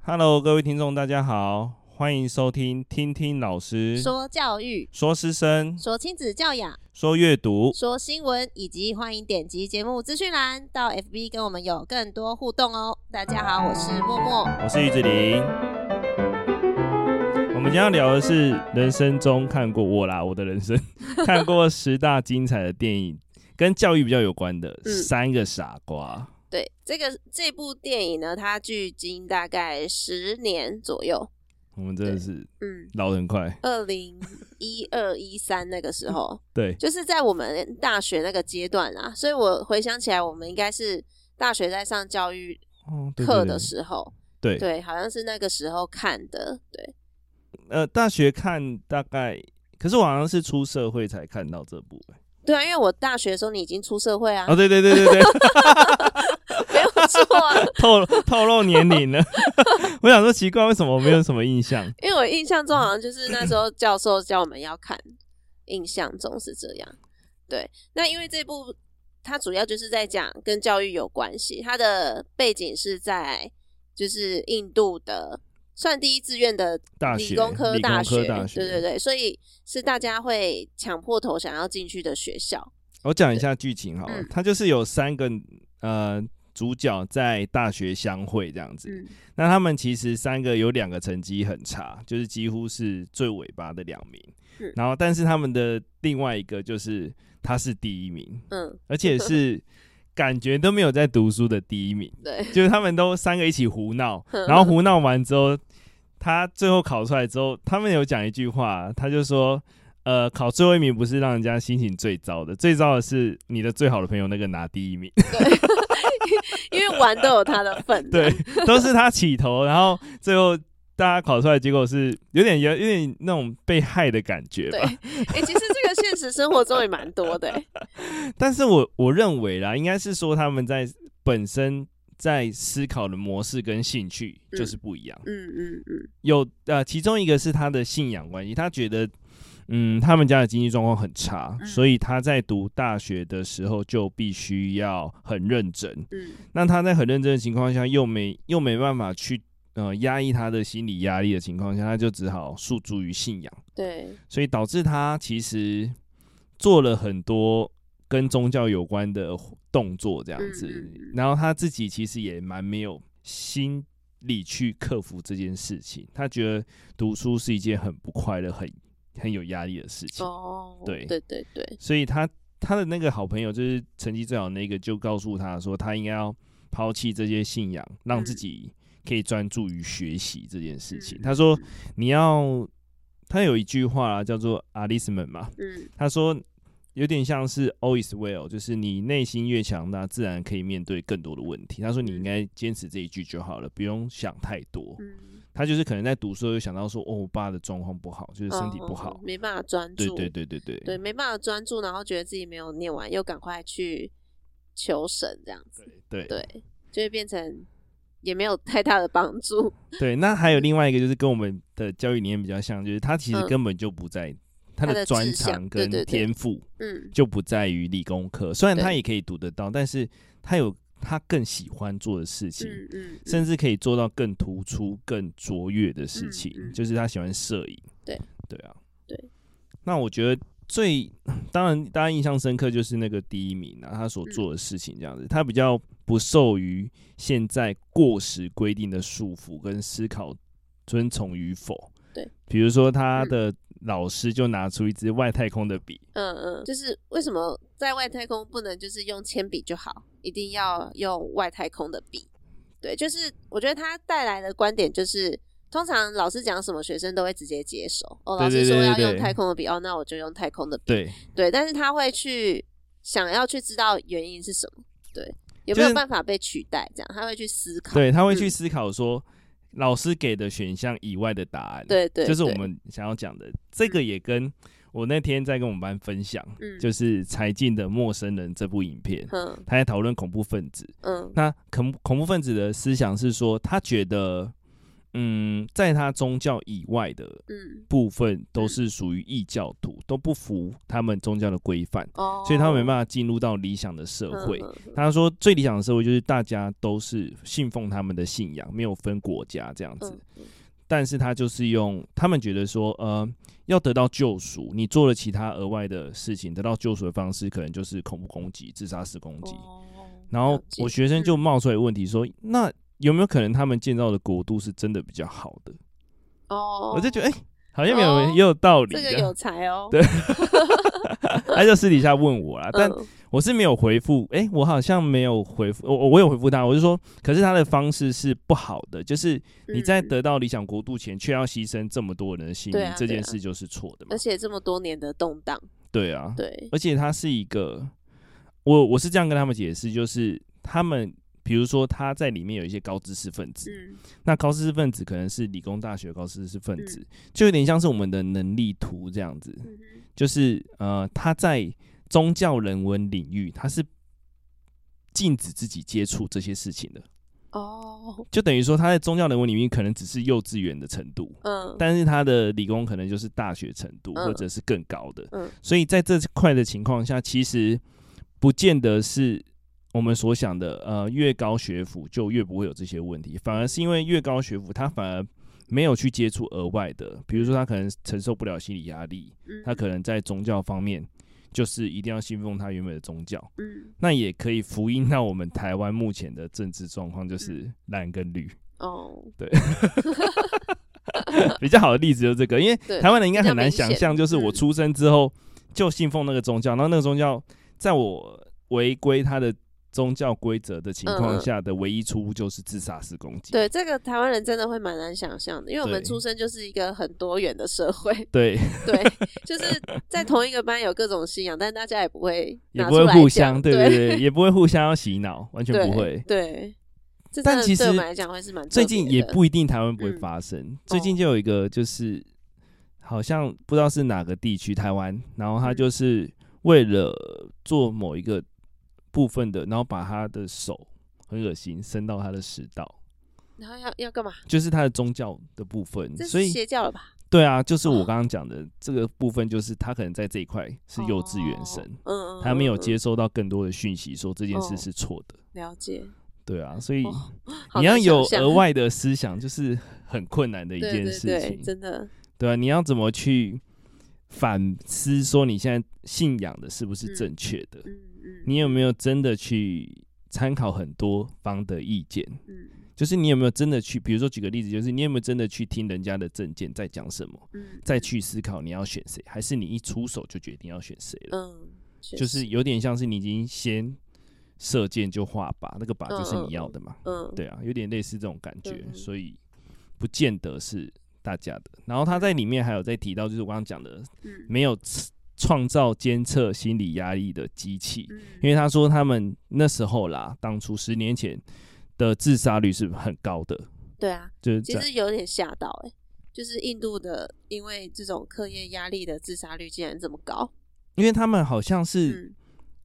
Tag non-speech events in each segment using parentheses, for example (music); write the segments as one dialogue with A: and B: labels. A: Hello，各位听众，大家好，欢迎收听听听老师
B: 说教育、
A: 说师生、
B: 说亲子教养、
A: 说阅读。
B: 说新闻，以及欢迎点击节目资讯栏到 FB 跟我们有更多互动哦。大家好，我是默默。
A: 我是玉子林。我们今天要聊的是人生中看过我啦，我的人
B: (laughs)
A: 生看过十大精彩的电影，跟教育比较有关的《
B: 嗯
A: 三个傻瓜》。
B: 对，这个这部电影呢，它距今大概十年左右，
A: 我们真的是
B: 嗯，
A: 老得很快，
B: 二零一二一三那个时候，
A: 对，
B: 就是在我们大学那个阶段啊，所以我回想起来，我们应该是大学在上教育
A: 哦，对
B: 课的，时候，
A: 对对对，
B: 对，好像是那个时候看的，对，
A: 呃，大学看大概，可是我好像是出社会才看到这部、欸。
B: 对啊，因为我大学的时候你已经出社会啊，
A: 哦，对对对对对，
B: 没有错啊、
A: (laughs) 透透露年龄了。 (laughs) 我想说奇怪，为什么我没有什么印象？
B: 因为我印象中好像就是那时候教授叫我们要看，印象中是这样。对，那因为这部它主要就是在讲跟教育有关系，它的背景是在就是印度的算第一志愿的
A: 大学
B: 理工科
A: 理工
B: 大
A: 科
B: 学，
A: 大学，
B: 对对对，所以是大家会抢破头想要进去的学校。
A: 我讲一下剧情好了
B: 嗯，
A: 它就是有三个呃主角在大学相会这样子。
B: 嗯
A: 那他们其实三个有两个成绩很差，就是几乎是最尾巴的两名
B: 是。
A: 然后，但是他们的另外一个就是他是第一名，
B: 嗯，
A: 而且是感觉都没有在读书的第一名，
B: 对， (laughs)
A: 就是他们都三个一起胡闹，
B: 嗯
A: 然后胡闹完之后，他最后考出来之后，他们有讲一句话，他就说。呃，考最后一名不是让人家心情最糟的，最糟的是你的最好的朋友那个拿第一
B: (laughs)
A: 名，
B: 因为玩都有他的份。
A: 对，都是他起头，然后最后大家考出来的结果是有点有有点那种被害的感觉
B: (laughs) 对，
A: 吧。
B: 哎、其实这个现实生活中也蛮多的、欸。
A: 但是我我认为啦，应该是说他们在本身在思考的模式跟兴趣就是不一样。
B: 嗯嗯嗯，
A: 有呃，其中一个是他的信仰关系，他觉得嗯，他们家的经济状况很差，
B: 嗯
A: 所以他在读大学的时候就必须要很认真。
B: 嗯，
A: 那他在很认真的情况下，又没又没办法去呃压抑他的心理压力的情况下，他就只好诉诸于信仰，
B: 对，
A: 所以导致他其实做了很多跟宗教有关的动作，这样子。
B: 嗯嗯嗯
A: 然后他自己其实也蛮没有心理去克服这件事情，他觉得读书是一件很不快乐、很很有压力的事情。
B: 哦，
A: 对
B: 对对对，
A: 所以他他的那个好朋友就是成绩最好的那个，就告诉他说，他应该要抛弃这些信仰，让自己可以专注于学习这件事情。
B: 嗯
A: 他说，你要他有一句话啊，叫做 a l i s m a n 嘛，
B: 嗯
A: 他说有点像是 always well，就是你内心越强大，自然可以面对更多的问题。他说你应该坚持这一句就好了，不用想太多。
B: 嗯，
A: 他就是可能在读书的时候想到说，哦，我爸的状况不好，就是身体不
B: 哦
A: 好。
B: 没办法专
A: 对
B: 注，
A: 对对对对
B: 对没办法专注，然后觉得自己没有念完，又赶快去求神这样子，
A: 对
B: 对，就会变成也没有太大的帮助，
A: 对，那还有另外一个就是跟我们的教育理念比较像，就是他其实
B: 嗯
A: 根本就不在、他
B: 他
A: 的
B: 的志
A: 专
B: 向
A: 长
B: 对
A: 跟
B: 对对
A: 天赋
B: 嗯
A: 就不在于理工科，虽然他
B: 对
A: 也可以读得到，但是他有他更喜欢做的事情，
B: 嗯嗯，嗯
A: 甚至可以做到更突出、更卓越的事情，
B: 嗯嗯
A: 就是他喜欢摄影。
B: 对
A: 对啊，
B: 对。
A: 那我觉得最当然大家印象深刻就是那个第一名啊，他所
B: 嗯
A: 做的事情这样子，他比较不受于现在过时规定的束缚跟思考遵从与否。
B: 对，
A: 比如说他的老师就拿出一支外太空的笔，
B: 嗯嗯，就是为什么在外太空不能就是用铅笔就好，一定要用外太空的笔？对，就是我觉得他带来的观点就是，通常老师讲什么，学生都会直接接受。哦，
A: 对
B: 老师
A: 对
B: 说
A: 对
B: 要
A: 对
B: 用
A: 对
B: 太空的笔，哦，那我就用太空的笔。
A: 对，
B: 对，但是他会去想要去知道原因是什么，对，有
A: 就
B: 没
A: 是
B: 有办法被取代？这样他会去思考。
A: 对，他会去
B: 嗯
A: 思考说老师给的选项以外的答案。
B: 对对，
A: 就是我
B: 对
A: 们想要讲的。这个也跟我那天在跟我们班分享，
B: 嗯
A: 就是柴静的《陌生人》这部影片，
B: 嗯
A: 他在讨论恐怖分子。
B: 嗯
A: 那恐恐怖分子的思想是说，他觉得，嗯，在他宗教以外的
B: 嗯，
A: 部分都
B: 嗯
A: 是属于异教徒，都不服他们宗教的规范，
B: 哦，
A: 所以他们没办法进入到理想的社会。
B: 嗯嗯嗯
A: 他说，最理想的社会就是大家都是信奉他们的信仰，没有分国家这样子。
B: 嗯嗯
A: 但是他就是用他们觉得说，呃，要得到救赎，你做了其他额外的事情，得到救赎的方式可能就是恐怖攻击、自杀式攻击。
B: 哦
A: 然后
B: 了解嗯
A: 我学生就冒出来问题说，那有没有可能他们建造的国度是真的比较好的？
B: 哦，
A: 我就觉得，哎、好像没有、
B: 哦
A: 也有道理
B: 这
A: 的。
B: 个有才哦，
A: (laughs) 对他就私底下问我啦，但
B: 嗯
A: 我是没有回复，诶，我好像没有回复，我我我有回复他，我就说，可是他的方式是不好的，就是你在
B: 嗯
A: 得到理想国度前，却要牺牲这么多人的性
B: 对
A: 命
B: 啊，
A: 这件
B: 对啊
A: 事就是错的嘛
B: 而？且这么多年的动荡，
A: 对啊，
B: 对，
A: 而且他是一个，我我是这样跟他们解释，就是他们。比如说，他在里面有一些高知识分子，
B: 嗯
A: 那高知识分子可能是理工大学高知识分子，就有点像是我们的能力图这样子。
B: 嗯哼
A: 就是呃，他在宗教人文领域，他是禁止自己接触这些事情的，
B: 哦，
A: 就等于说他在宗教人文领域可能只是幼稚园的程度，
B: 嗯，
A: 但是他的理工可能就是大学程度
B: 嗯
A: 或者是更高的，
B: 嗯
A: 所以在这块的情况下，其实不见得是。我们所想的，呃，越高学府就越不会有这些问题，反而是因为越高学府，他反而没有去接触额外的，比如说他可能承受不了心理压力，
B: 嗯
A: 他可能在宗教方面，就是一定要信奉他原本的宗教，
B: 嗯
A: 那也可以福音到我们台湾目前的政治状
B: 嗯
A: 况，就是蓝跟绿。 (laughs)
B: 哦，
A: 比较好的例子就是这个，因为
B: 对
A: 台湾人应该
B: 比较
A: 很难
B: 明显
A: 想象，就是我
B: 嗯
A: 出生之后就信奉那个宗教，然后那个宗教在我违规他的宗教规则的情况下的唯一出路就是自杀式攻击。
B: 嗯对，这个台湾人真的会蛮难想象的，因为我们
A: 对
B: 出生就是一个很多元的社
A: (laughs)
B: 会，
A: 对，
B: 对，就是在同一个班有各种信仰，但大家也不会
A: 也
B: 拿
A: 不
B: 出
A: 会
B: 来
A: 互
B: 讲
A: 相，对
B: 对 (laughs)
A: 对，也不会互相要洗脑，完全
B: 对
A: 不会。
B: 对，这
A: 但
B: 真的
A: 其
B: 对我
A: 实
B: 们来讲会是蛮
A: 最
B: 特别
A: 近也
B: 的
A: 不一定台湾不会
B: 嗯
A: 发生，最近就有一个就是好像不知道是哪个地区台湾，然后他
B: 嗯
A: 就是为了做某一个部分的，然后把他的手很恶心伸到他的食道，
B: 然后要要干嘛？
A: 就是他的宗教的部分，
B: 这
A: 嗯所
B: 是
A: 以
B: 邪教了吧？
A: 对啊，就是我
B: 哦
A: 刚刚讲的、这个部分，就是他可能在这一块是幼稚园
B: 哦
A: 生，
B: 嗯，嗯
A: 他没有
B: 嗯
A: 接收到更多的讯息，说这件事
B: 哦
A: 是错的。
B: 了解，
A: 对啊，所以
B: 哦好
A: 你要
B: 难想
A: 有
B: 象
A: 额外的思想，就是很困难的一
B: 对
A: 件
B: 对
A: 事情。
B: 对，真的，
A: 对啊，你要怎么去反思说你现在信仰的是不是
B: 嗯
A: 正确的？
B: 嗯嗯，
A: 你有没有真的去参考很多方的意见？
B: 嗯
A: 就是你有没有真的去，比如说举个例子，就是你有没有真的去听人家的证件在讲什么，
B: 嗯，
A: 再去思考你要选谁，还是你一出手就决定要选谁了？
B: 嗯，确
A: 就
B: 实
A: 是有点像是你已经先射箭就画靶，那个靶就是
B: 嗯嗯
A: 你要的嘛。
B: 嗯
A: 对啊，有点类似这种感觉
B: 嗯，嗯
A: 所以不见得是大家的。然后他在里面还有在提到，就是我刚刚讲的，
B: 嗯
A: 没有创造监测心理压力的机器，
B: 嗯，
A: 因为他说他们那时候啦，当初十年前的自杀率是很高的，
B: 对啊，
A: 就是
B: 其
A: 在
B: 实有点吓到哎、就是印度的因为这种课业压力的自杀率竟然这么高，
A: 因为他们好像是
B: 嗯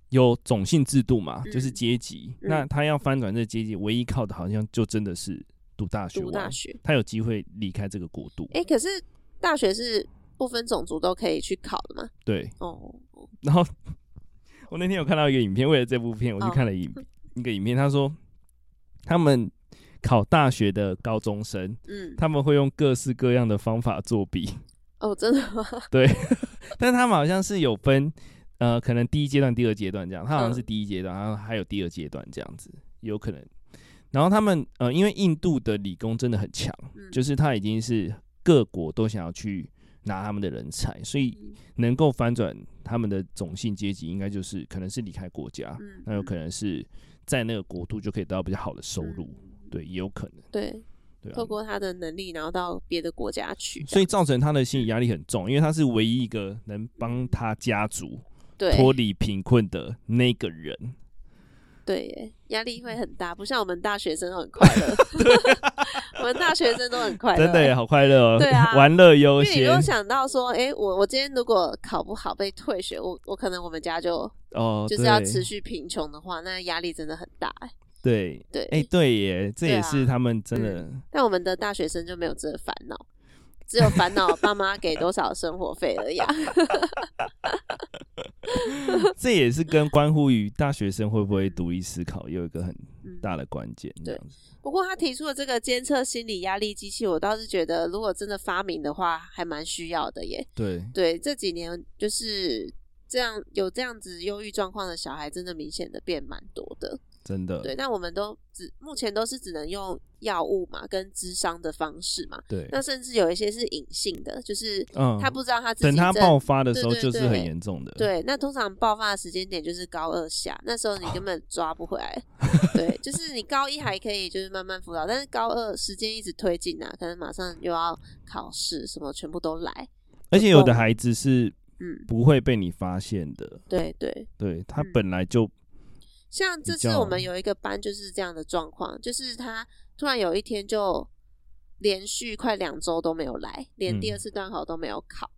A: 有种姓制度嘛，就是
B: 嗯
A: 阶级，
B: 嗯
A: 那他要翻转这阶级，唯一靠的好像就真的是读大学
B: 读大
A: 完
B: 学，
A: 他有机会离开这个国度，
B: 哎、可是大学是不分种族都可以去考的嘛？
A: 对。
B: 哦，
A: 然后我那天有看到一个影片，为了这部片，我去
B: 哦
A: 看了影、一个影片，他说他们考大学的高中生，
B: 嗯，
A: 他们会用各式各样的方法作弊， (laughs)
B: 哦，真的吗？ (laughs)
A: 但他们好像是有分，呃，可能第一阶段、第二阶段这样，他好像
B: 嗯
A: 是第一阶段，然后还有第二阶段这样子，有可能。然后他们呃，因为印度的理工真的很强，
B: 嗯
A: 就是他已经是各国都想要去拿他们的人才，所以
B: 嗯
A: 能够翻转他们的种姓阶级，应该就是可能是离开国家，
B: 嗯
A: 那有可能是在那个国度就可以得到比较好的收入，
B: 嗯
A: 对，也有可能，
B: 对，
A: 对
B: 透
A: 啊。
B: 过他的能力，然后到别的国家去，
A: 所以造成他的心理压力很重，因为他是唯一一个能帮他家族
B: 对
A: 脱离贫困的那个人。
B: 对耶，压力会很大，不像我们大学生都很快
A: (laughs)
B: 乐，我们大学生都很快乐，
A: 真的耶，好快乐哦！
B: 对啊
A: 玩乐优
B: 因为你如
A: 先
B: 果想到说，哎、我我今天如果考不好被退学，我我可能我们家就
A: 哦，
B: 就是要
A: 对
B: 持续贫穷的话，那压力真的很大、哎
A: 对，
B: 对，
A: 哎、对耶，这
B: 对
A: 也
B: 啊
A: 是他们真的，
B: 但我们的大学生就没有这个烦恼，只有烦恼爸妈给多少生活费而已、
A: (laughs)
B: 啊。
A: 这也是跟关乎于大学生会不会独立思考有一个很
B: 嗯
A: 大的关键。这样子，
B: 不过他提出的这个监测心理压力机器，我倒是觉得如果真的发明的话，还蛮需要的耶。
A: 对，
B: 对，这几年就是这样，有这样子忧郁状况的小孩，真的明显的变蛮多的。
A: 真的，
B: 对，但我们都只目前都是只能用药物嘛，跟智商的方式嘛。
A: 对，
B: 那甚至有一些是隐性的，就是
A: 嗯
B: 他不知道他自
A: 等
B: 己
A: 他
B: 这
A: 爆发的
B: 对
A: 时候
B: 对
A: 就是
B: 对
A: 很严重的。
B: 对，那通常爆发的时间点就是高二下，那时候你根本抓不回
A: (laughs)
B: 来。对，就是你高一还可以就是慢慢辅导，但是高二时间一直推进啊，可能马上又要考试，什么全部都来。
A: 而且有的
B: 动
A: 孩子是
B: 嗯，
A: 不会被你发现的，
B: 对对，
A: 对他
B: 嗯
A: 本来就
B: 像这
A: 比
B: 次
A: 较
B: 我们有一个班就是这样的状况，就是他突然有一天就连续快两周都没有来，连第
A: 嗯
B: 二次段考都没有考。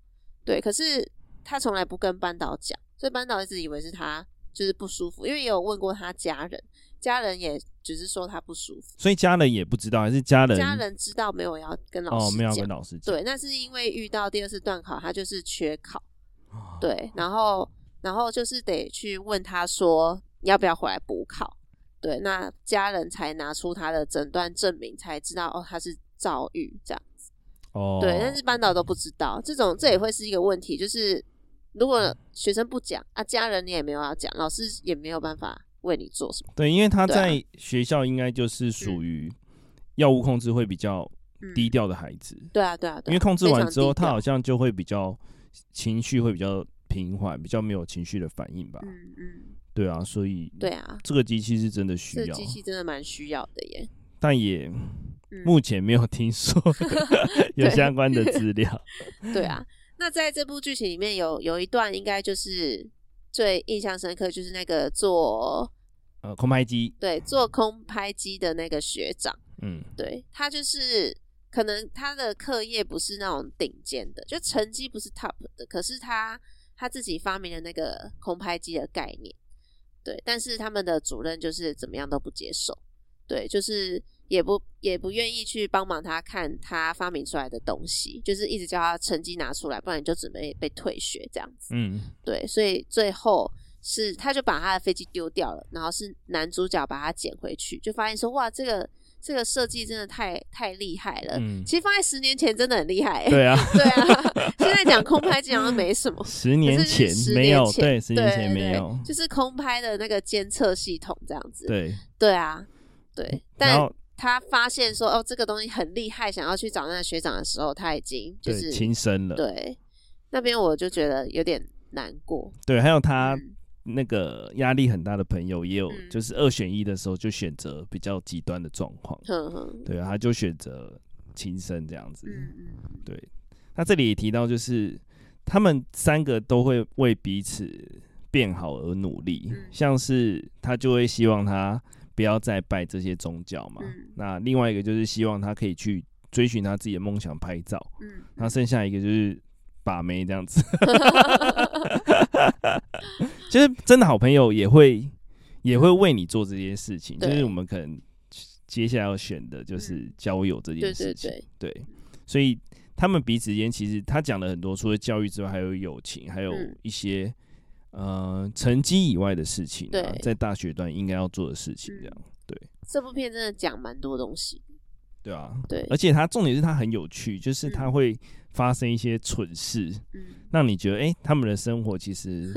B: 对，可是他从来不跟班导讲，所以班导一直以为是他就是不舒服，因为也有问过他家人，家人也只是说他不舒服，
A: 所以家人也不知道，还是家人
B: 家人知道没有要跟老
A: 哦
B: 师
A: 没有
B: 讲，
A: 跟老师讲，
B: 对，那是因为遇到第二次段考，他就是缺考，
A: 哦
B: 对，然后然后就是得去问他说要不要回来补考，对，那家人才拿出他的诊断证明，才知道哦他是躁郁这样，
A: 哦，
B: 对，但是班导都不知道，这种这也会是一个问题，就是
A: 嗯
B: 如果学生不讲啊，家人你也没有要讲，老师也没有办法为你做什么，
A: 对，因为他
B: 对啊
A: 在学校应该就是属于药物控制会比较
B: 嗯，
A: 低调的孩子，
B: 对啊对啊对
A: 因
B: 啊
A: 为控制完之后，他
B: 非常低调
A: 好像就会比较情绪会比较平缓，比较没有情绪的反应吧？
B: 嗯嗯，
A: 对啊，所以
B: 对啊，
A: 这个机器是真的需
B: 这
A: 要，
B: 机器真的蛮需要的耶，
A: 但也
B: 嗯。
A: 目前没有听
B: (laughs)
A: 说有
B: 对
A: 相关的资
B: (laughs)
A: 料。
B: 对啊，那在这部剧情里面有有一段，应该就是最印象深刻，就是那个做
A: 呃，空拍机，
B: 对做空拍机的那个学长，
A: 嗯，
B: 对他就是可能他的课业不是那种顶尖的，就成绩不是 top 的，可是他他自己发明了那个空拍机的概念，对，但是他们的主任就是怎么样都不接受，对，就是也不也不愿意去帮忙他看他发明出来的东西，就是一直叫他成绩拿出来，不然你就准备被退学这样子，
A: 嗯，
B: 对，所以最后是他就把他的飞机丢掉了，然后是男主角把它捡回去，就发现说哇，这个这个设计真的太太厉害了。
A: 嗯
B: 其实放在十年前真的很厉害、欸，
A: 对啊，
B: (laughs) 对啊，现在讲空拍机好像没什么。
A: 十年
B: 可是
A: 前
B: 是十
A: 没
B: 年
A: 有，
B: 前
A: 对，十年前
B: 对
A: 没
B: 对
A: 有，
B: 就是空拍的那个监测系统这样子。
A: 对。嗯
B: 对啊，对。
A: 然
B: 但
A: 后
B: 他发现说哦，这个东西很厉害，想要去找那个学长的时候，他已经就
A: 对
B: 是
A: 轻生了，
B: 对那边我就觉得有点难过。
A: 对，还有他
B: 嗯
A: 那个压力很大的朋友也有，
B: 嗯
A: 就是二选一的时候就选择比较极端的状况，
B: 哼哼，
A: 对啊，他就选择轻生这样子。
B: 嗯嗯。
A: 对，那这里也提到，就是他们三个都会为彼此变好而努力，
B: 嗯
A: 像是他就会希望他不要再拜这些宗教嘛，
B: 嗯
A: 那另外一个就是希望他可以去追寻他自己的梦想拍照，
B: 嗯，
A: 然后剩下一个就是把妹这样
B: (laughs)
A: 子。就是真的好朋友也会也会为你做这些事情，就
B: 嗯对嗯
A: 是我们可能接下来要选的就是交友这件
B: 对
A: 事
B: 对
A: 情，
B: 对，
A: 对所以他们彼此间其实他讲了很多，除了教育之外，还有友情，还有
B: 嗯
A: 一些、呃成绩以外的事情、啊，
B: 对嗯
A: 在大学段应该要做的事情，这样、
B: 这部片真的讲蛮多东西。
A: 对啊，
B: 对，
A: 而且他重点是他很有趣，就是
B: 嗯
A: 他会发生一些蠢事，
B: 嗯
A: 让你觉得，哎、他们的生活其
B: (laughs)
A: 实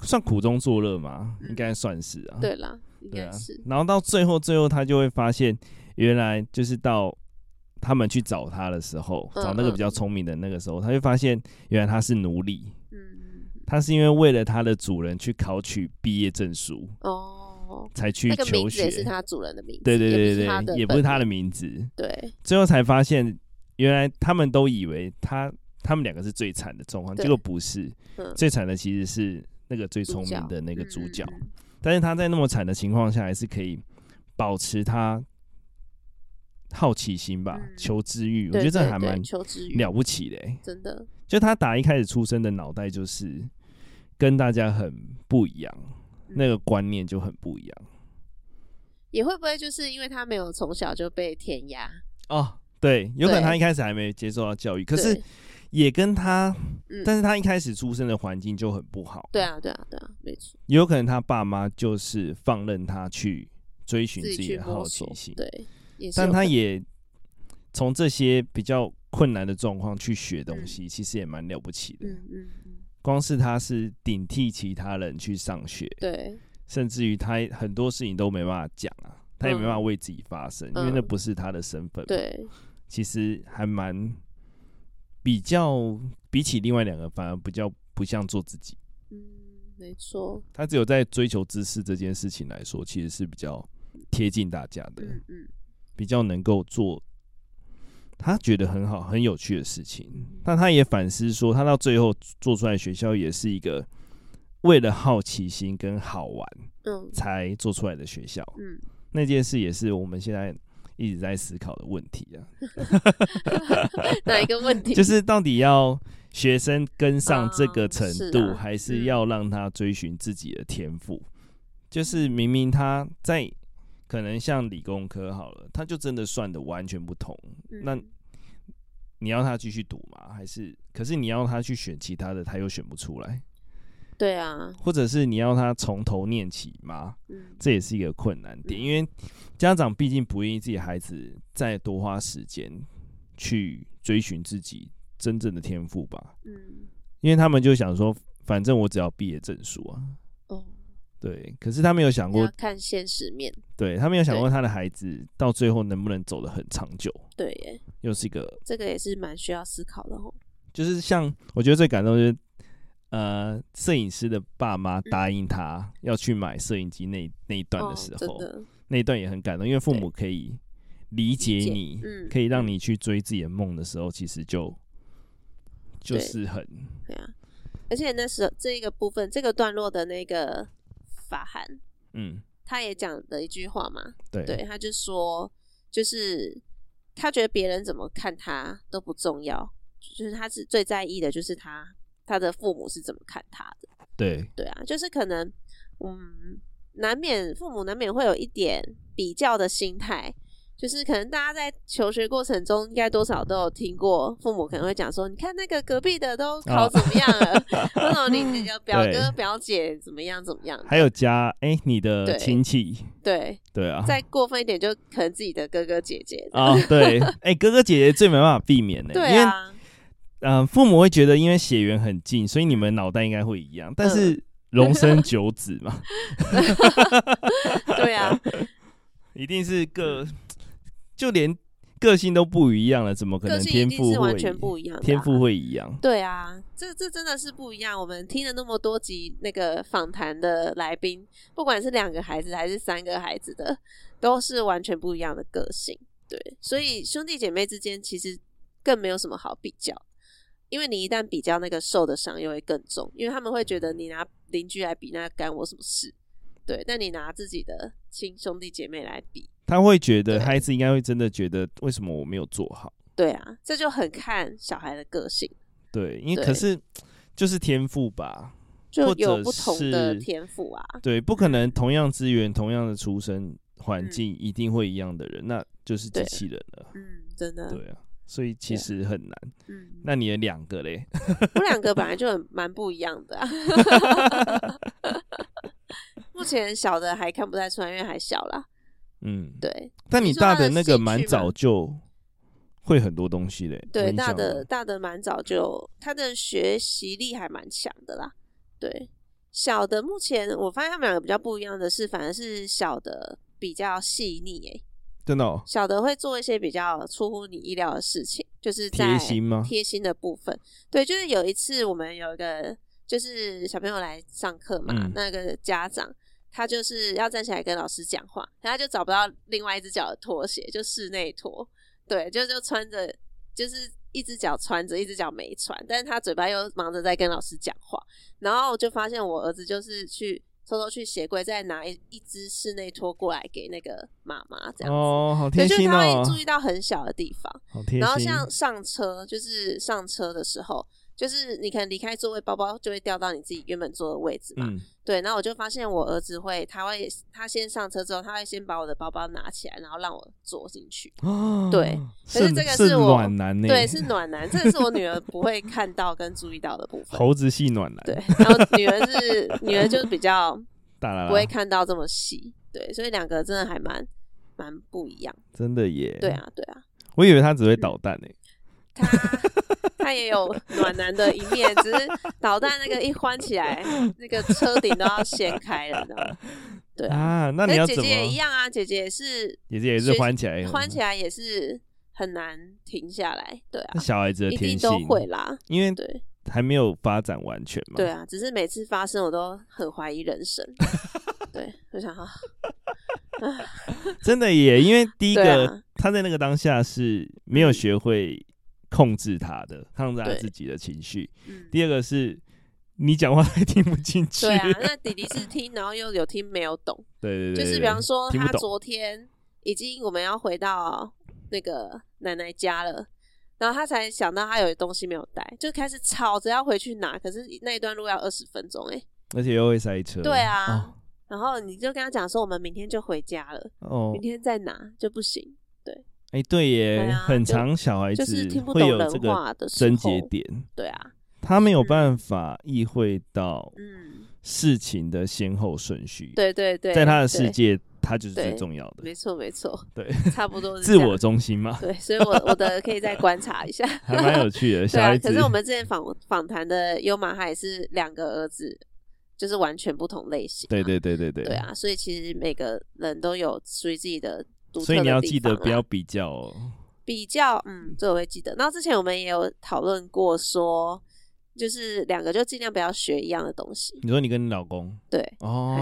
A: 算苦中作乐嘛，应该算是啊。
B: 嗯对啦，应
A: 对
B: 该
A: 啊
B: 是。
A: 然后到最后，最后他就会发现，原来就是到他们去找他的时候，
B: 嗯
A: 找那个比较聪明的那个时候，他就发现原来他是奴隶，
B: 嗯，嗯
A: 他是因为为了他的主人去考取毕业证书
B: 哦，
A: 才去
B: 那个名
A: 求
B: 字
A: 学
B: 也。是他主人的名字，
A: 对对对
B: 也不是他
A: 对对，
B: 的本，
A: 也不是他的名字。
B: 对
A: 最后才发现，原来他们都以为他他们两个是最惨的状况，
B: 对
A: 结果不是，
B: 嗯
A: 最惨的其实是那个最聪
B: 主角
A: 明的那个主角，
B: 嗯嗯
A: 但是他在那么惨的情况下，还是可以保持他好奇心吧，
B: 嗯
A: 求知欲，
B: 嗯
A: 我觉得这
B: 对对
A: 还
B: 对
A: 蛮
B: 求知欲，
A: 了不起的、欸。
B: 真的，
A: 就他打一开始出生的脑袋就是跟大家很不一样，
B: 嗯
A: 那个观念就很不一样。
B: 也会不会就是因为他没有从小就被填压？
A: 哦，对，有可能
B: 对
A: 他一开始还没接受到教育，可是
B: 对
A: 也跟他，
B: 嗯
A: 但是他一开始出生的环境就很不好，
B: 对啊，对啊，对啊，没错，
A: 也有可能他爸妈就是放任他去追寻
B: 自
A: 自
B: 己
A: 己
B: 去
A: 的
B: 摸
A: 好
B: 索
A: 奇心，，
B: 对，也是
A: 但
B: 有
A: 他
B: 可能
A: 也从这些比较困难的状况去学东西，其实也蛮了不起的。
B: 嗯嗯嗯，
A: 光是他是顶替其他人去上学，
B: 对，
A: 甚至于他很多事情都没办法讲啊，他也没
B: 嗯
A: 办法为自己发声，因为
B: 嗯
A: 那不是他的身份。，
B: 对，
A: 其实还蛮比较，比起另外两个，反而比较不像做自己。
B: 嗯，没错，
A: 他只有在追求知识这件事情来说，其实是比较贴近大家的，
B: 嗯嗯，
A: 比较能够做他觉得很好、很有趣的事情。但他也反思说，他到最后做出来的学校也是一个为了好奇心跟好玩
B: 嗯
A: 才做出来的学校。
B: 嗯，
A: 那件事也是我们现在一直在思考的问题啊，
B: (laughs) 哪一个问题？
A: 就是到底要学生跟上这个程
B: 嗯是
A: 度，
B: 啊
A: 还是要让他追寻自己的天赋？就是明明他在可能像理工科好了，他就真的算的完全不同。
B: 嗯
A: 那你要他继续读吗？还是可是你要他去选其他的，他又选不出来，
B: 对啊，
A: 或者是你要他从头念起吗？
B: 嗯
A: 这也是一个困难点，因为家长毕竟不愿意自己孩子再多花时间去追寻自己真正的天赋吧，
B: 嗯，
A: 因为他们就想说，反正我只要毕业证书啊，
B: 哦，
A: 对。可是他没有想
B: 要
A: 过，
B: 看现实面，
A: 对他没有想过
B: 对
A: 他的孩子到最后能不能走得很长久，
B: 对耶，
A: 又是一个，
B: 这个也是蛮需要思考的哦。
A: 就是像我觉得最感动就是。呃，摄影师的爸妈答应他要去买摄影机那那一段
B: 嗯哦
A: 的时
B: 真
A: 候，
B: 的，
A: 那一段也很感动，因为父母可以理解
B: 理解
A: 你，
B: 嗯
A: 可以让你去追自己的梦的时候，其实就就
B: 对
A: 是很
B: 对啊，而且那时候这一个部分，这个段落的那个法涵，
A: 嗯，
B: 他也讲了一句话嘛，
A: 对
B: 对，他就说，就是他觉得别人怎么看他都不重要，就是他是最在意的，就是他他的父母是怎么看他的。
A: 对
B: 对啊，就是可能，嗯，难免父母难免会有一点比较的心态，就是可能大家在求学过程中，应该多少都有听过父母可能会讲说，你看那个隔壁的都考怎么样
A: (laughs)
B: 了，或者你那个表哥
A: 啊对
B: 表姐怎么样怎么样，
A: 还有加哎、你的
B: 对
A: 亲戚，
B: 对，
A: 对啊，
B: 再过分一点就可能自己的哥哥姐姐，
A: 啊、对，哎、哥哥姐姐最没办法避免的、
B: 对
A: 因为
B: 啊，
A: 呃父母会觉得因为血缘很近，所以你们脑袋应该会一样，但
B: 嗯
A: 是龙生九子嘛，
B: 对啊，
A: 一定是个就连个性都不一样了，怎么可
B: 个
A: 能
B: 性一
A: 天
B: 定
A: 赋
B: 是
A: 会
B: 完全不一样的啊、
A: 天赋会一样？
B: 对啊，这这真的是不一样。我们听了那么多集那个访谈的来宾，不管是两个孩子还是三个孩子的，都是完全不一样的个性。对，所以兄弟姐妹之间其实更没有什么好比较，因为你一旦比较，那个受的伤又会更重，因为他们会觉得你拿邻居来比，那干我什么事？对，但你拿自己的亲兄弟姐妹来比，
A: 他会觉得
B: 对
A: 孩子应该会真的觉得为什么我没有做好？
B: 对啊，这就很看小孩的个性，
A: 对，因为
B: 对
A: 可是就是天赋吧，
B: 就
A: 或者
B: 有不同的
A: 是
B: 天赋啊。
A: 对，不可能同样资源、同样的出生环境一定会一样的人，那就是机
B: 嗯对
A: 器人了。
B: 嗯，真的，
A: 对啊，所以其
B: 对啊
A: 实很难。
B: 嗯，
A: 那你的两个嘞？
B: 我两个本来就很蛮不一样的、啊。目前小的还看不太出来，因为还小啦。
A: 嗯，
B: 对
A: 但你
B: 你说他
A: 大的
B: 的
A: 那个
B: 兴
A: 蛮
B: 趣吗
A: 早就会很多东西嘞。我
B: 对，
A: 印
B: 大
A: 象
B: 的
A: 中
B: 大的蛮早就他的学习力还蛮强的啦。对，小的目前我发现他们两个比较不一样的是，反而是小的比较细腻诶、
A: 真的哦
B: 小的会做一些比较出乎你意料的事情，就是
A: 贴
B: 在
A: 心吗？
B: 贴心的部分。对，就是有一次我们有一个就是小朋友来上课嘛，
A: 嗯
B: 那个家长他就是要站起来跟老师讲话，然后他就找不到另外一只脚的拖鞋，就室内拖，对，就就穿着就是。一只脚穿着，一只脚没穿，但是他嘴巴又忙着在跟老师讲话，然后我就发现我儿子就是去偷偷去鞋柜再拿一一只室内拖过来给那个妈妈这样子，
A: 哦，好
B: 对，
A: 贴
B: 就是
A: 心
B: 他会
A: 哦，
B: 注意到很小的地方。
A: 好贴
B: 然后
A: 心。
B: 像上车，就是上车的时候，就是你可能离开座位，包包就会掉到你自己原本坐的位置嘛。
A: 嗯，
B: 对，然后我就发现我儿子会，他会他先上车之后，他会先把我的包包拿起来，然后让我坐进去。
A: 啊
B: 对，可是
A: 肾
B: 这个
A: 肾
B: 是我
A: 暖男呢，
B: 对，是暖男，这个是我女儿不会看到跟注意到的部分。
A: 猴子系暖男，
B: 对，然后女儿是女儿就是比较
A: 大啦啦，
B: 不会看到这么细，对，所以两个真的还蛮蛮不一样。
A: 真的耶，
B: 对，啊，嗯对啊，
A: 我以为他只会捣蛋呢，
B: 他他也有暖男的一面，只是导弹那个一欢起来，那个车顶都要掀开了，你知道吗？对啊，
A: 啊， (laughs) 那
B: 跟
A: 你要
B: 姐
A: 怎
B: 姐
A: 么？哎
B: 也一样啊，姐姐也是
A: 姐姐也是
B: 学
A: 欢起来，
B: 欢起来也是很难停下来，对啊
A: 那，小孩子的
B: 一
A: 天
B: 定
A: 性
B: 都，会啦，
A: 因为
B: 对
A: 还没有发展完全嘛，
B: 对啊，只是每次发生我都很怀疑
A: (laughs)
B: 人生，对，我想哈， (laughs)
A: 真的耶，因为第一
B: 对
A: 个、
B: 啊，
A: 他在那个当下是没有学会控制他的，控制他
B: 对
A: 自己的情绪。
B: 嗯，
A: 第二个是你讲话他也听不进去，
B: 对啊，那弟弟是听，然后又有听没有懂，
A: (laughs) 对对对
B: 就
A: 对
B: 是
A: 对
B: 比方说
A: 听
B: 他
A: 不懂
B: 昨天已经我们要回到那个奶奶家了。然后他才想到他有东西没有带，就开始吵着要回去拿。可是那一段路要二十分钟哎、
A: 而且又会塞车，
B: 对啊然后你就跟他讲说我们明天就回家了，
A: 哦，哦
B: 明天再拿就不行，
A: 哎、对耶，
B: 对啊
A: 很
B: 就
A: 长小孩
B: 就是
A: 子
B: 听不
A: 会
B: 懂
A: 有这
B: 人
A: 个
B: 话的时
A: 症
B: 候
A: 结点，
B: 对啊，
A: 他没有办法意会到
B: 嗯，
A: 事情的先后顺序，
B: 对对对，
A: 在他的
B: 对
A: 世，界，他就是最
B: 对
A: 重要的，
B: 没错没错，
A: 对， (laughs)
B: 差不多是
A: 自
B: 这
A: 我
B: 样
A: 中心嘛，
B: 对，所以我我的可以再观察一下，
A: 还蛮有趣的。
B: (laughs) 对
A: 小
B: 啊
A: 孩。子，
B: 可是我们之前访访谈的优马，他也是两个儿子，就是完全不同类型啊、
A: 对对对对对，
B: 对啊，所以其实每个人都有属于自己的独特的地方啊、
A: 所以你要记得不要比较哦。
B: 比较，嗯，这我会记得。然后之前我们也有讨论过说。就是两个就尽量不要学一样的东西，
A: 你说你跟你老公
B: 对，
A: 哦，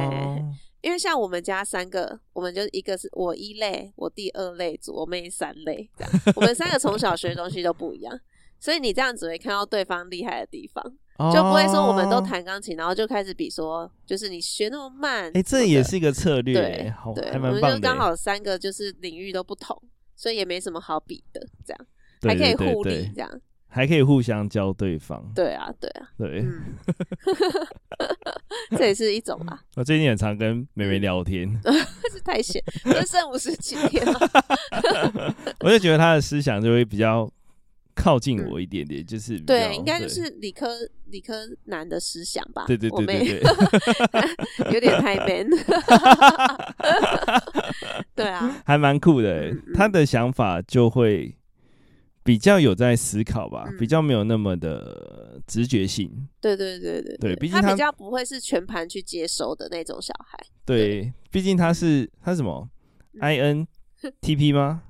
B: 因为像我们家三个，我们就一个是我一类，我弟二类组，我妹三类，这样我们三个从小学的东西都不一样，所以你这样只会看到对方厉害的地方，就不会说我们都
A: 哦。
B: 弹钢琴，然后就开始比说，就是你学那么慢，
A: 哎，这也是一个策略
B: 对
A: 耶，好，
B: 对，
A: 还
B: 我
A: 蛮
B: 们
A: 棒
B: 就
A: 的欸
B: 刚
A: 耶。
B: 好三个就是领域都不同，所以也没什么好比的，这样
A: 对对
B: 还可以
A: 对
B: 互利，
A: 对，
B: 这样，
A: 还可以互相教对方。
B: 对啊，对啊，
A: 对，
B: 嗯，这也是一种啦，
A: 我最近很常跟妹妹聊
B: (laughs)
A: 天，
B: 但是太闲，就剩五十几天了，
A: (laughs) 我就觉得她的思想就会比较靠近我一点点，就是比较
B: 对，应该就
A: 对
B: 是理科理科男的思想吧。
A: 对对
B: 我
A: 对
B: 们
A: 对对， (laughs)
B: 有点太 man。对啊，
A: 还蛮酷的耶
B: 嗯嗯。
A: 她的想法就会比较有在思考吧，
B: 嗯
A: 比较没有那么的直觉性。
B: 对对对对
A: 对毕竟
B: 他
A: 他
B: 比较不会是全盘去接收的那种小孩。
A: 对，毕竟他是他是什么
B: 嗯
A: I N T P 吗？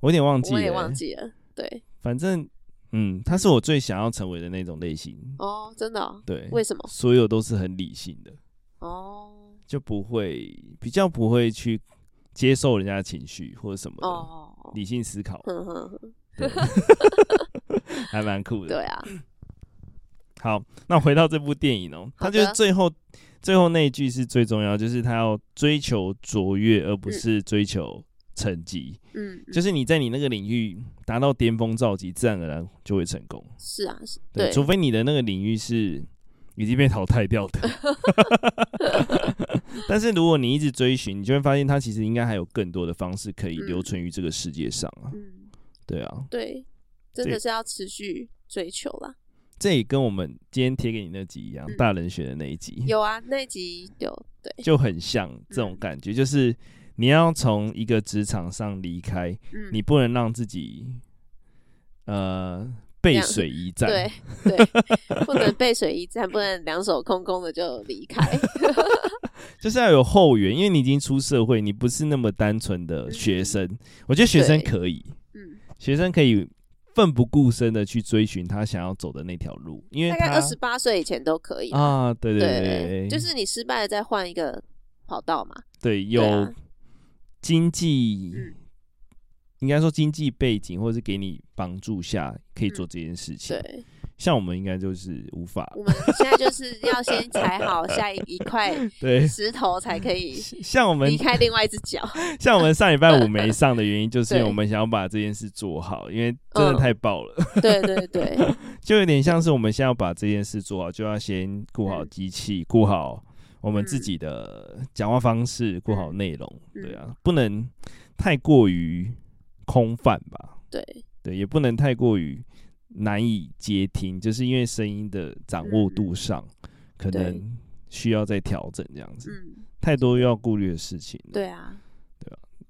A: 我有点忘记
B: 我
A: 了、欸
B: 也忘记了。对，
A: 反正嗯，他是我最想要成为的那种类型。
B: 哦，真的、哦，
A: 对，
B: 为什么？
A: 所有都是很理性的，
B: 哦
A: 就不会比较不会去接受人家的情绪或者什么的，
B: 哦，
A: 理性思考，
B: 哼哼哼，
A: 对还蛮酷的。
B: 对啊，
A: 好，那回到这部电影哦，
B: 好
A: 他
B: 的
A: 就是最后最后那一句是最重要，就是他要追求卓越，而不
B: 嗯
A: 是追求成绩。
B: 嗯，
A: 就是你在你那个领域达到巅峰造极，自然而然就会成功。
B: 是啊，是
A: 对，
B: 对
A: 除非你的那个领域是已经被淘汰掉
B: (laughs)
A: 的。但是如果你一直追寻，你就会发现它其实应该还有更多的方式可以
B: 嗯
A: 留存于这个世界上啊。
B: 嗯，
A: 对啊，
B: 对，真
A: 这
B: 的是要持续追求啦。
A: 这也跟我们今天贴给你那集一样，
B: 嗯
A: 大人学的那一集
B: 有啊，那一集有对，
A: 就很像这种感
B: 嗯
A: 觉，就是你要从一个职场上离开，
B: 嗯，
A: 你不能让自己呃
B: 这
A: 背
B: 样
A: 水一战。 (laughs)
B: 对对，不能背水一战，不能两手空空的就离开。
A: 就是要有后援，因为你已经出社会，你不是那么单纯的学生。我觉得学生可以，
B: 嗯，
A: 学生可以奋不顾身的去追寻他想要走的那条路，因为
B: 大
A: 他
B: 概二十八岁以前都可以。
A: 啊，对对
B: 对，就是你失败了再换一个跑道嘛。
A: 对
B: 对啊
A: 有经济，
B: 嗯
A: 应该说经济背景或者是给你帮助下，可以做这件事情。
B: 对，
A: 像我们应该就是无法，
B: (laughs) 我们现在就是要先踩好下一一块
A: 对，
B: 石头，才可以
A: 像我们
B: 离开另外一只
A: (laughs)
B: 脚。
A: 像我们上礼拜
B: (laughs)
A: 五没上的原因，就是因为
B: 对嗯
A: 我们想要把这件事做好，因为真的太爆了，
B: 对对对，
A: 就有点像是我们先要把这件事做好，就要先顾好
B: 嗯
A: 机器，顾好我们自
B: 嗯
A: 己的讲话方式，顾好内容，
B: 嗯
A: 对啊，不能太过于空泛吧，
B: 对，
A: 对，也不能太过于难以接听，就是因为声音的掌握度上，可
B: 对
A: 能需要再调整这样子，
B: 嗯，
A: 太多要顾虑的事情了。
B: 对啊。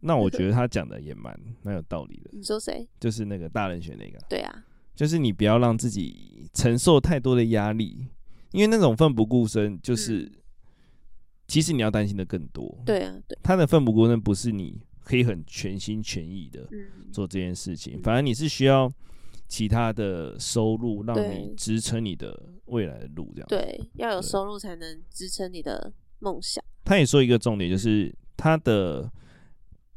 A: 那我觉得他讲的也蛮蛮有道理的，
B: 你说谁？
A: 就是那个大人学那个啊，
B: 对啊，
A: 就是你不要让自己承受太多的压力，因为那种奋不顾身，
B: 嗯
A: 就是、其实你要担心的更多。，
B: 对啊，对，
A: 他的奋不顾身不是你可以很全心全意的
B: 嗯，
A: 做这件事情，
B: 嗯
A: 反而你是需要其他的收入让你
B: 对
A: 支撑你的未来的路。这样，
B: 对，要有
A: 对
B: 收入才能支撑你的梦想。
A: 他也说一个重
B: 嗯
A: 点，就是他的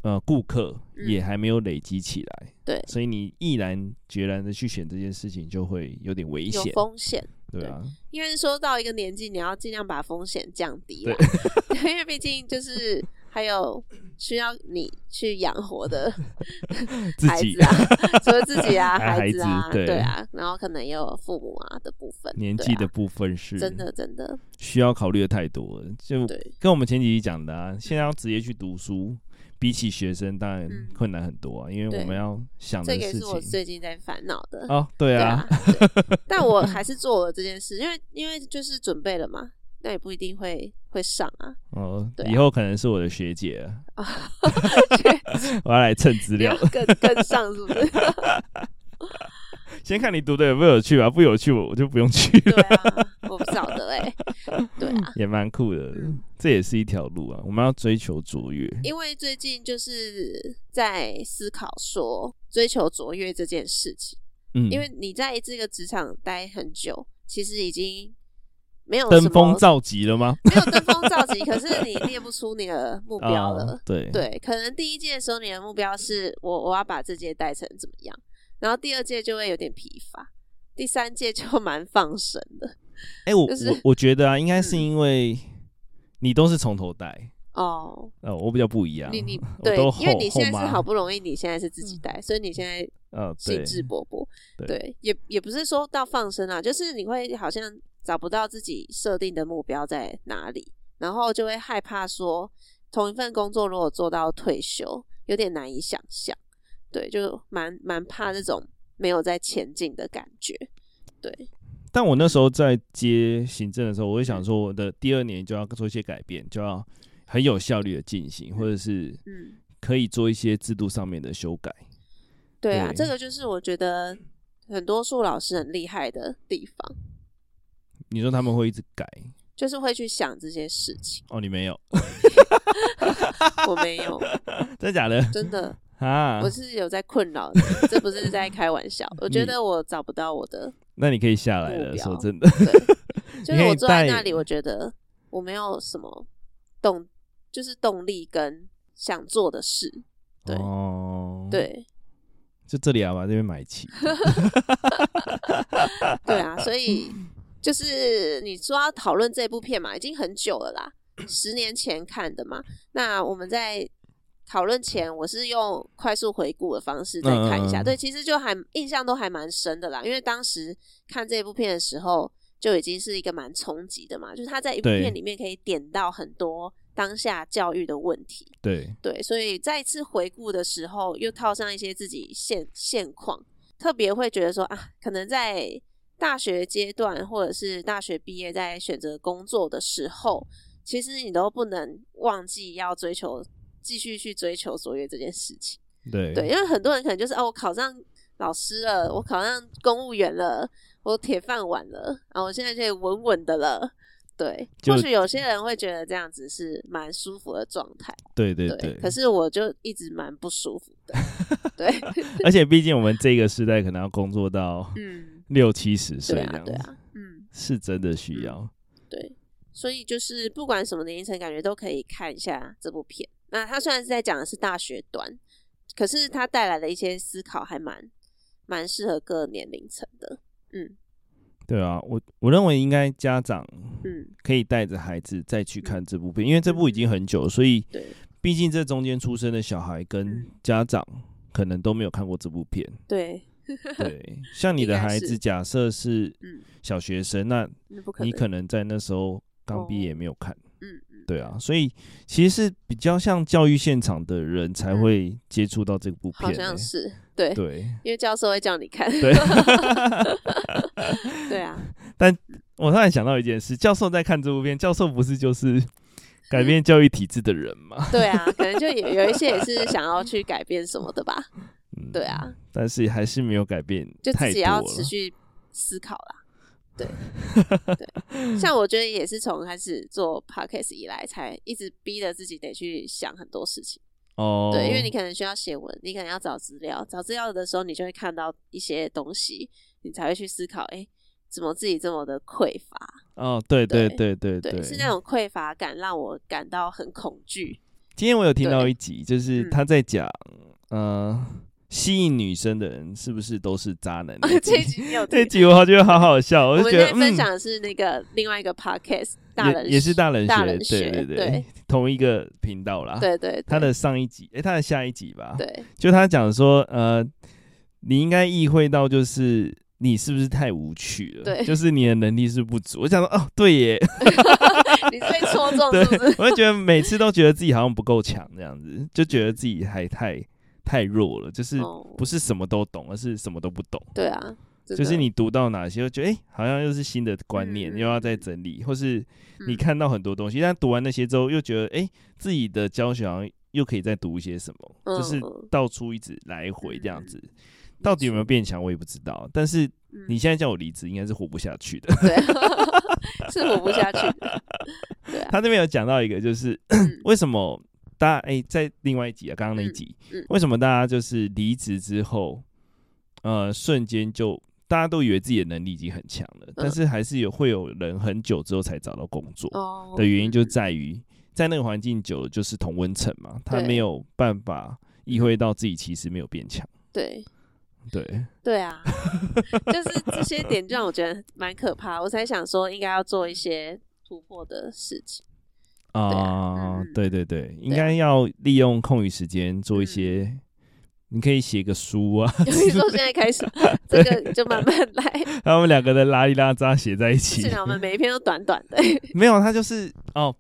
A: 呃顾客
B: 嗯
A: 也还没有累积起来，
B: 对
A: 所以你毅然决然的去选这件事情，就会有点危
B: 有
A: 险，
B: 风险，
A: 对啊，
B: 应该是说到一个年纪，你要尽量把风险降低啦， (laughs) 因为毕竟就是还有需要你去养活的
A: (laughs) 自
B: 孩
A: 己 (laughs)
B: 子啊，除了自己啊，
A: 还有
B: 孩
A: (laughs)
B: 子
A: 孩
B: 啊，
A: 子对
B: 啊，然后可能也有父母啊的部分，
A: 年
B: 对
A: 纪
B: 啊
A: 的嗯部分是
B: 真的真的
A: 需要考虑的太多了，就
B: 对
A: 跟我们前几集讲的啊，现在要直接去读书，比起学生当然
B: 嗯
A: 困难很多啊，因为
B: 对
A: 我们要想的
B: 这个也
A: 事
B: 是我
A: 情
B: 最近在烦恼的。
A: 哦，对
B: 对
A: 啊
B: 啊，，
A: (laughs)
B: 对但我还是做了这件事，因为因为就是准备了嘛，那也不一定会会上啊。
A: 哦，
B: 对啊哦
A: 以后可能是我的学姐了， (laughs) 我要来蹭资
B: 要
A: 料，
B: 更更上是不是？
A: 先看你读的有没有有趣吧，不有趣我我就不用去了，
B: 对啊， (laughs) 我不晓得哎、
A: (laughs)
B: 对啊，
A: 也蛮酷的
B: 嗯，
A: 这也是一条路啊，我们要追求卓越，
B: 因为最近就是在思考说追求卓越这件事情，
A: 嗯，
B: 因为你在这个职场待很久，其实已经没有什
A: 登
B: 么
A: 峰造极了吗？ (laughs)
B: 没有登峰造极，可是你列不出你的目标了。
A: 啊，对，
B: 对，可能第一届的时候你的目标是我我要把这届带成怎么样，然后第二届就会有点疲乏，第三届就蛮放生的
A: 哎、我、
B: 就是
A: 我我觉得啊，应该是
B: 嗯
A: 因为你都是从头带，
B: 哦。
A: 呃，我比较不一样，
B: 你你
A: (laughs) 我
B: 对
A: 都，
B: 因为
A: 后
B: 你现在
A: 后
B: 是
A: 妈
B: 好不容易，你现在是自己带，所以你现在
A: 呃，对
B: 兴，致勃勃。
A: 对
B: 也也不是说到放生啊，就是你会好像找不到自己设定的目标在哪里，然后就会害怕说，同一份工作如果做到退休，有点难以想象。对，就蛮蛮怕这种没有在前进的感觉。对，
A: 但我那时
B: 嗯
A: 候在接行政的时候，我会想说，我的第二年就要做一些改变，就要很有效率的进行，或者是
B: 嗯，
A: 可以做一些制度上面的修改。
B: 对啊，
A: 对
B: 这个就是我觉得很多数老师很厉害的地方，
A: 你说他们会一直改？
B: 就是会去想这些事情。
A: 哦，你没有，
B: 我没有，
A: 真的假的
B: 真的，
A: 啊
B: 我？是有在困扰的，这不是在开玩笑。我
A: 嗯
B: 觉得我找不到我的
A: 那你可以下来
B: 目
A: 了。
B: 标
A: 说真的，
B: 对，就
A: 你
B: 是
A: 可以
B: 我坐
A: 带
B: 在那里，我觉得我没有什么动，就是动力跟想做的事。对
A: 哦，，
B: 对
A: 就这里啊，把这边买齐。
B: (laughs) 对啊，所以就是你说要讨论这部片嘛，已经很久了啦，十年前看的嘛。那我们在讨论前，我是用快速回顾的方式再看一
A: 嗯
B: 下。
A: 嗯嗯
B: 对，其实就还印象都还蛮深的啦，因为当时看这部片的时候，就已经是一个蛮冲击的嘛，就是他在一部
A: 对
B: 片里面可以点到很多当下教育的问题。
A: 对，
B: 对，所以再次回顾的时候，又套上一些自己现现况，特别会觉得说啊，可能在大学阶段或者是大学毕业，在选择工作的时候，其实你都不能忘记要追求继续去追求卓越这件事情。
A: 对，
B: (laughs) 对，因为很多人可能就是哦，我考上老师了，我考上公务员了，我铁饭碗了，啊，我现在可以稳稳的了。对，
A: 就
B: 或许有些人会觉得这样子是蛮舒服的状态。
A: 对对
B: 对，
A: 对。
B: 可是我就一直蛮不舒服
A: (laughs)
B: 的。对，
A: 而且毕竟我们这个时代可能要工作到
B: 嗯，
A: (laughs) 六七十岁
B: 对
A: 这
B: 啊，
A: 样
B: 对
A: 子，
B: 啊，嗯，
A: 是真的需要。
B: 对。所以就是不管什么年龄层，感觉都可以看一下这部片。那它虽然是在讲的是大学端，可是它带来的一些思考还蛮蛮适合各年龄层的。嗯，
A: 对啊，我我认为应该家长
B: 嗯，
A: 可以带着孩子再去看这部片，因为这部已经很久了，所以
B: 对
A: 毕竟这中间出生的小孩跟
B: 嗯
A: 家长可能都没有看过这部
B: (laughs)
A: 片。
B: 对，
A: 对，像你的
B: 应该
A: 孩
B: 是
A: 子假设是
B: 嗯，
A: 小学生，那
B: 那不可能，
A: 你可能在那时候刚毕业
B: 哦
A: 也没有看。
B: 嗯嗯，
A: 对啊，所以其实是比较像教育现场的人才会接触到这部片、
B: 嗯好
A: 欸。
B: 像是对，
A: 对 (laughs)
B: 因为教授会叫你看，
A: 对，
B: (laughs) 对啊，
A: 我突然想到一件事，教授在看这部片，教授不是就是改变教育体制的人嘛？
B: 对啊，可能就有有一些也是想要去改变什么的吧，
A: 嗯
B: 对，啊，
A: 但是还是没有改变
B: 就
A: 太
B: 自己
A: 多
B: 要
A: 了。
B: 持续思考啦。
A: (laughs)
B: 对，对，像我觉得也是从开始做 podcast 以来，才一直逼着自己得去想很多事情。
A: 哦，
B: 对，因为你可能需要写文，你可能要找资料，找资料的时候，你就会看到一些东西，你才会去思考，哎、怎么自己这么的匮乏？
A: 哦，对对对
B: 对
A: 对
B: 对，是那种匮乏感让我感到很恐
A: (laughs)
B: 惧。
A: 今天我有听到
B: 对
A: 一集，就是
B: 嗯
A: 他在讲，呃，吸引女生的人是不是都是渣男那
B: 哦这
A: 集？
B: 一集你有
A: (laughs) 这
B: 听？
A: 集我觉得好好笑，我
B: 我
A: 就
B: 们
A: 觉
B: 现在
A: 得
B: 分
A: 嗯，
B: 享的是那个另外一个 podcast 大人
A: 也也是大人
B: 大人
A: 对
B: 学
A: 对
B: 对，
A: 同一个频道啦。
B: 对对
A: 他的上一集，诶，他的下一集吧，
B: 对
A: 就他讲说，呃，你应该意会到，就是你是不是太无趣了，
B: 对
A: 就是你的能力是不足。我想说，哦，对耶，
B: 你是被戳中
A: (laughs) 对
B: 哦是不是？，
A: 我就觉得每次都觉得自己好像不够强，这样子，就觉得自己还太太弱了，就是
B: 哦，
A: 不是什么都懂，而是什么都不懂。
B: 对啊，真
A: 就
B: 的
A: 是你读到哪些，就觉得哎、诶好像又是新的观念，
B: 嗯
A: 又要再整理，或是你
B: 嗯
A: 看到很多东西，但读完那些之后，又觉得哎、诶自己的教学好像又可以再读一些什么，
B: 嗯
A: 就是
B: 嗯
A: 到处一直来回这样
B: 嗯
A: 子。到底有没有变强，我也不知道。但是
B: 嗯
A: 你现在叫我离职，应该是活不下去的。
B: 对，啊 (laughs) 是活不下去的。对啊，
A: (laughs) 他这边有讲到一个，就是
B: 嗯
A: (clears throat) 为什么大家哎、在另外一集啊，刚刚那一
B: 嗯
A: 集，
B: 嗯
A: 为什么大家就是离职之后，呃，瞬间就大家都以为自己的能力已经很强了，但是还是有会有人很久之后才找到工作
B: 嗯哦
A: (laughs) 的原因，就在于在那个环境久了就是同温层嘛，他
B: 对
A: 没有办法意会到自己其实没有变强，
B: 对
A: 对。
B: 对啊，就是这些点就让我觉得蛮可怕，我才想说应该要做一些突破的事情。
A: (laughs)
B: 对啊
A: 啊
B: 嗯，
A: 对对对，应
B: 对啊
A: 该要利用空余时间做一
B: 嗯
A: 些，你可以写个书啊， (laughs)
B: 比如说现在开始，这个就慢慢来。
A: 他们两个的拉里拉扎写在一
B: 至
A: 起。
B: 少我们每一篇都短短的，
A: 没有，他就是哦，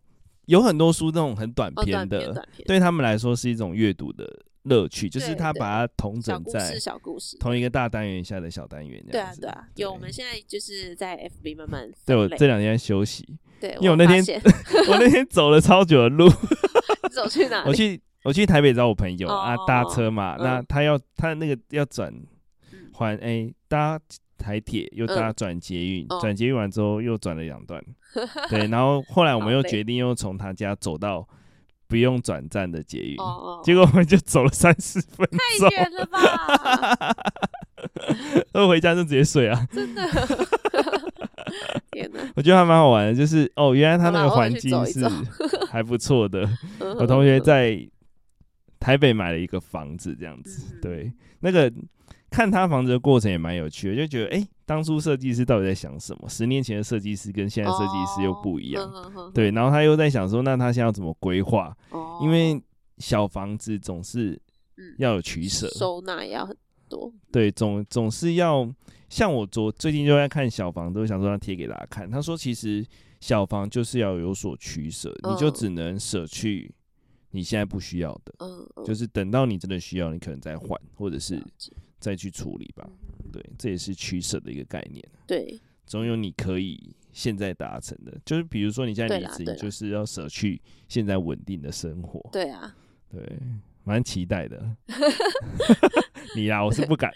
A: 有很多书那种很短
B: 哦，短
A: 篇
B: 篇
A: 的，
B: 短篇，
A: 对他们来说是一种阅读的乐趣，就是
B: 对
A: 他
B: 对
A: 把它统
B: 小
A: 整
B: 故
A: 在
B: 事小故事。
A: 同一个大单元下的小单元这
B: 对
A: 样
B: 啊
A: 子。
B: 对啊，有我们现在就是在 FB 慢慢
A: 对我
B: 分类
A: 这两天在休
B: (laughs)
A: 息，
B: 对，
A: 因为我那
B: 发
A: 天
B: 现 (laughs)
A: 我那天走了超久的路，
B: 你走去哪里？
A: 我去我去台北找我朋友啊
B: 哦，
A: 搭车嘛，
B: 嗯
A: 那他要他那个要转
B: 嗯
A: 环哎搭台铁，又搭转捷运，
B: 哦
A: 转捷运完之后又转了两
B: (laughs)
A: 段，对，然后后来我们又
B: 好累
A: 决定又从他家走到不用转站的捷运
B: 哦，哦，
A: 结果我们就走了三十分
B: 太
A: 钟，
B: 远了吧？
A: (laughs) 都回家就直接睡
B: (laughs)
A: 啊，
B: 真的，天哪！
A: 我觉得还蛮好玩的，就是哦，原来他那
B: 好
A: 个
B: 啦偶尔
A: 环
B: 去
A: 境
B: 走一
A: 是
B: 走
A: 还不错的，我
B: 我
A: 同学在台北买了一个房子，这样子
B: 嗯，
A: 对，那个看他房子的过程也蛮有趣的，就觉得哎、诶当初设计师到底在想什么？十年前的设计师跟现在设计师
B: 哦
A: 又不一样，
B: 样，
A: 对，然后他又在想说，那他现在要怎么规划？
B: 嗯哦
A: 因为小房子总是
B: 嗯
A: 要有取舍，
B: 收纳也要很多，
A: 对，总总是要像我昨最近就在看小房子，我想说要贴给大家看。他说其实小房就是要有所取舍，你就
B: 嗯
A: 只能舍去你现在不需要的。
B: 嗯，嗯
A: 就是等到你真的需要，你可能再换，或者是
B: 了解
A: 再去处理吧。
B: 嗯
A: 对，这也是取舍的一个概念，
B: 对
A: 总有你可以现在达成的。就是比如说你现在
B: 对
A: 离
B: 啦
A: 职，
B: 对
A: 你
B: 啦
A: 就是要舍去现在稳定的生活。
B: 对啊，
A: 对，蛮期待
B: (laughs)
A: 的。你呀，我是不敢。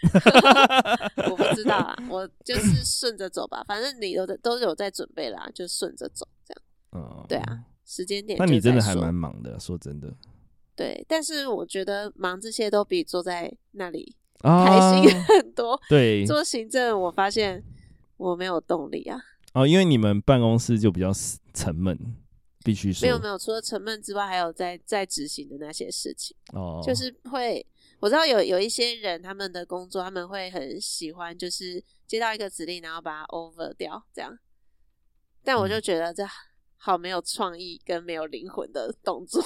B: 我不知道啊， (laughs) 我就是顺着走吧，反正你有的都有在准备啦，就顺着走这样。
A: 嗯，
B: 对啊。时间点，
A: 那你真的还蛮忙的，说真的
B: 对，但是我觉得忙这些都比坐在那里
A: 啊
B: 开心很多。
A: 对
B: (laughs) 做行政，我发现我没有动力啊。
A: 哦，因为你们办公室就比较沉闷，必须说
B: 没有没有，除了沉闷之外，还有在在执行的那些事情，
A: 哦，
B: 就是会我知道有有一些人他们的工作他们会很喜欢，就是接到一个指令，然后把它 over 掉这样。但我
A: 嗯
B: 就觉得这好没有创意跟没有灵魂的动
A: (laughs)
B: 作，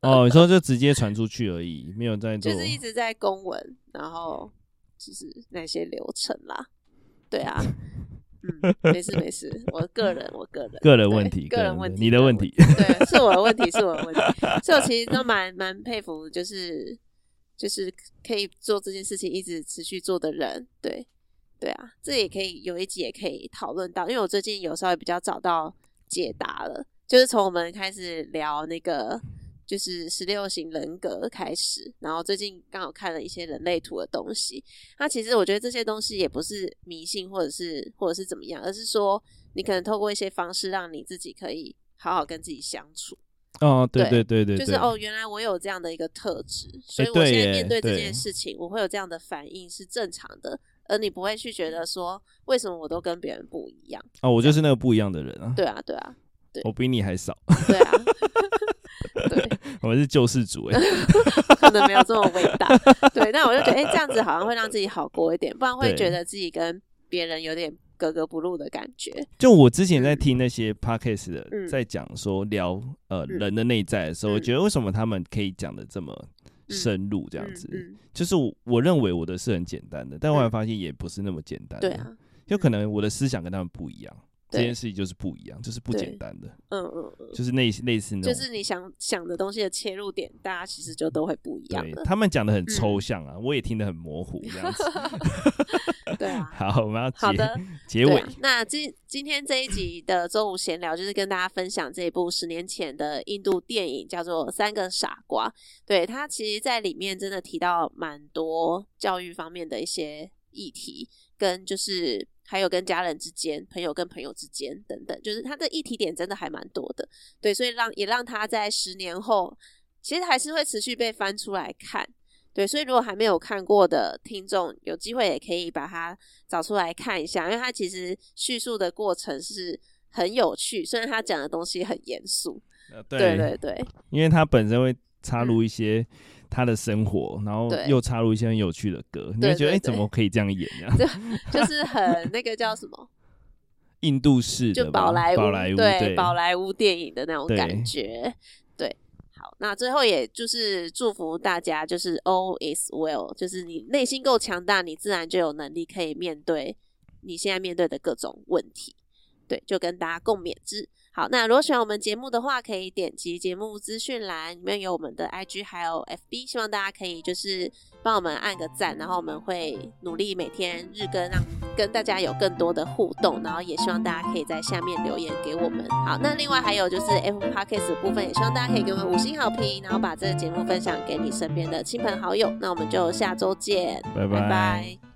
A: 哦，你说就直接传出去而已，没有在做，
B: (laughs) 就是一直在公文，然后就是那些流程啦。对
A: (laughs)
B: 啊，嗯，没事没事，我个人我个人
A: 个人问题，
B: 对个人问题，
A: 你的
B: 个人
A: 问
B: 问
A: 题，
B: 对，是我的问题，是我的问题。所以我其实都蛮蛮佩服，就是就是可以做这件事情一直持续做的人，对对啊，这也可以有一集也可以讨论到，因为我最近有稍微比较找到解答了，就是从我们开始聊那个就是十六型人格开始，然后最近刚好看了一些人类图的东西，那其实我觉得这些东西也不是迷信，或者是或者是怎么样，而是说你可能透过一些方式，让你自己可以好好跟自己相处。
A: 哦，对
B: 对
A: 对对对，
B: 就是
A: 对，
B: 哦，原来我有这样的一个特质，所
A: 哎
B: 以我
A: 对
B: 现在
A: 耶
B: 面对这件
A: 对
B: 事情，我会有这样的反应是正常的，而你不会去觉得说为什么我都跟别人不一样。
A: 哦，我就是那个不一样的人啊，
B: 对啊，对啊，
A: 我比你还少，
B: 对啊， (laughs) 对，
A: 我是救世主哎，
B: 可能没有这么伟大。对，但我就觉得，哎、这样子好像会让自己好过一点，不然会
A: 对
B: 觉得自己跟别人有点格格不入的感觉。
A: 就我之前在听那些 podcast 的，
B: 嗯
A: 在讲说聊呃
B: 嗯
A: 人的内在的时候，
B: 嗯
A: 我觉得为什么他们可以讲的这么
B: 嗯
A: 深入，这样
B: 嗯
A: 子，
B: 嗯
A: 就是我我认为我的是很简单的，但后来
B: 嗯
A: 发现也不是那么简单，
B: 对，啊，
A: 就可能我的思想跟他们不一样，这
B: 对
A: 件事情就是不一样，就是不
B: 对
A: 简单的，
B: 嗯嗯嗯，
A: 就是类似类似那种，
B: 就是你想想的东西的切入点，大家其实就都会不一样
A: 对
B: 的。
A: 他们讲的很
B: 嗯
A: 抽象啊，我也听得很模糊这
B: (laughs)
A: 样子。
B: 对啊，
A: (laughs) 好，我们要
B: 好
A: 结
B: 的。
A: 结
B: 对
A: 尾
B: 啊，那今今天这一集的周五闲聊，就是跟大家分享这一部十年前的印度电影，叫做《三个傻瓜》。对它其实在里面真的提到蛮多教育方面的一些议题，跟就是还有跟家人之间、朋友跟朋友之间等等，就是它的议题点真的还蛮多的。对，所以让也让他在十年后，其实还是会持续被翻出来看。对，所以如果还没有看过的听众，有机会也可以把它找出来看一下，因为它其实叙述的过程是很有趣，虽然他讲的东西很严肃。
A: 呃
B: 对对对
A: 因为他本身会插入一些他的生活，然后
B: 对
A: 又插入一些很有趣的歌，你
B: 对
A: 会觉得
B: 对
A: 哎、诶怎
B: 对
A: 么可以这样演呀、啊？
B: 就是很那个叫什么，
A: 印度式
B: 就
A: 的吧
B: 宝莱坞，
A: 宝莱坞
B: 对
A: 对
B: 宝莱坞电影的那种
A: 对
B: 感觉。对，好，那最后也就是祝福大家，就是 all is well，就是你内心够强大，你自然就有能力可以面对你现在面对的各种问题。对，就跟大家共勉之。好，那如果喜欢我们节目的话，可以点击节目资讯栏里面有我们的 IG 还有 FB，希望大家可以就是帮我们按个赞，然后我们会努力每天日更，让跟大家有更多的互动，然后也希望大家可以在下面留言给我们。好，那另外还有就是 F Podcast 的部分，也希望大家可以给我们五星好评，然后把这个节目分享给你身边的亲朋好友。那我们就下周见，
A: 拜
B: 拜
A: 拜
B: 拜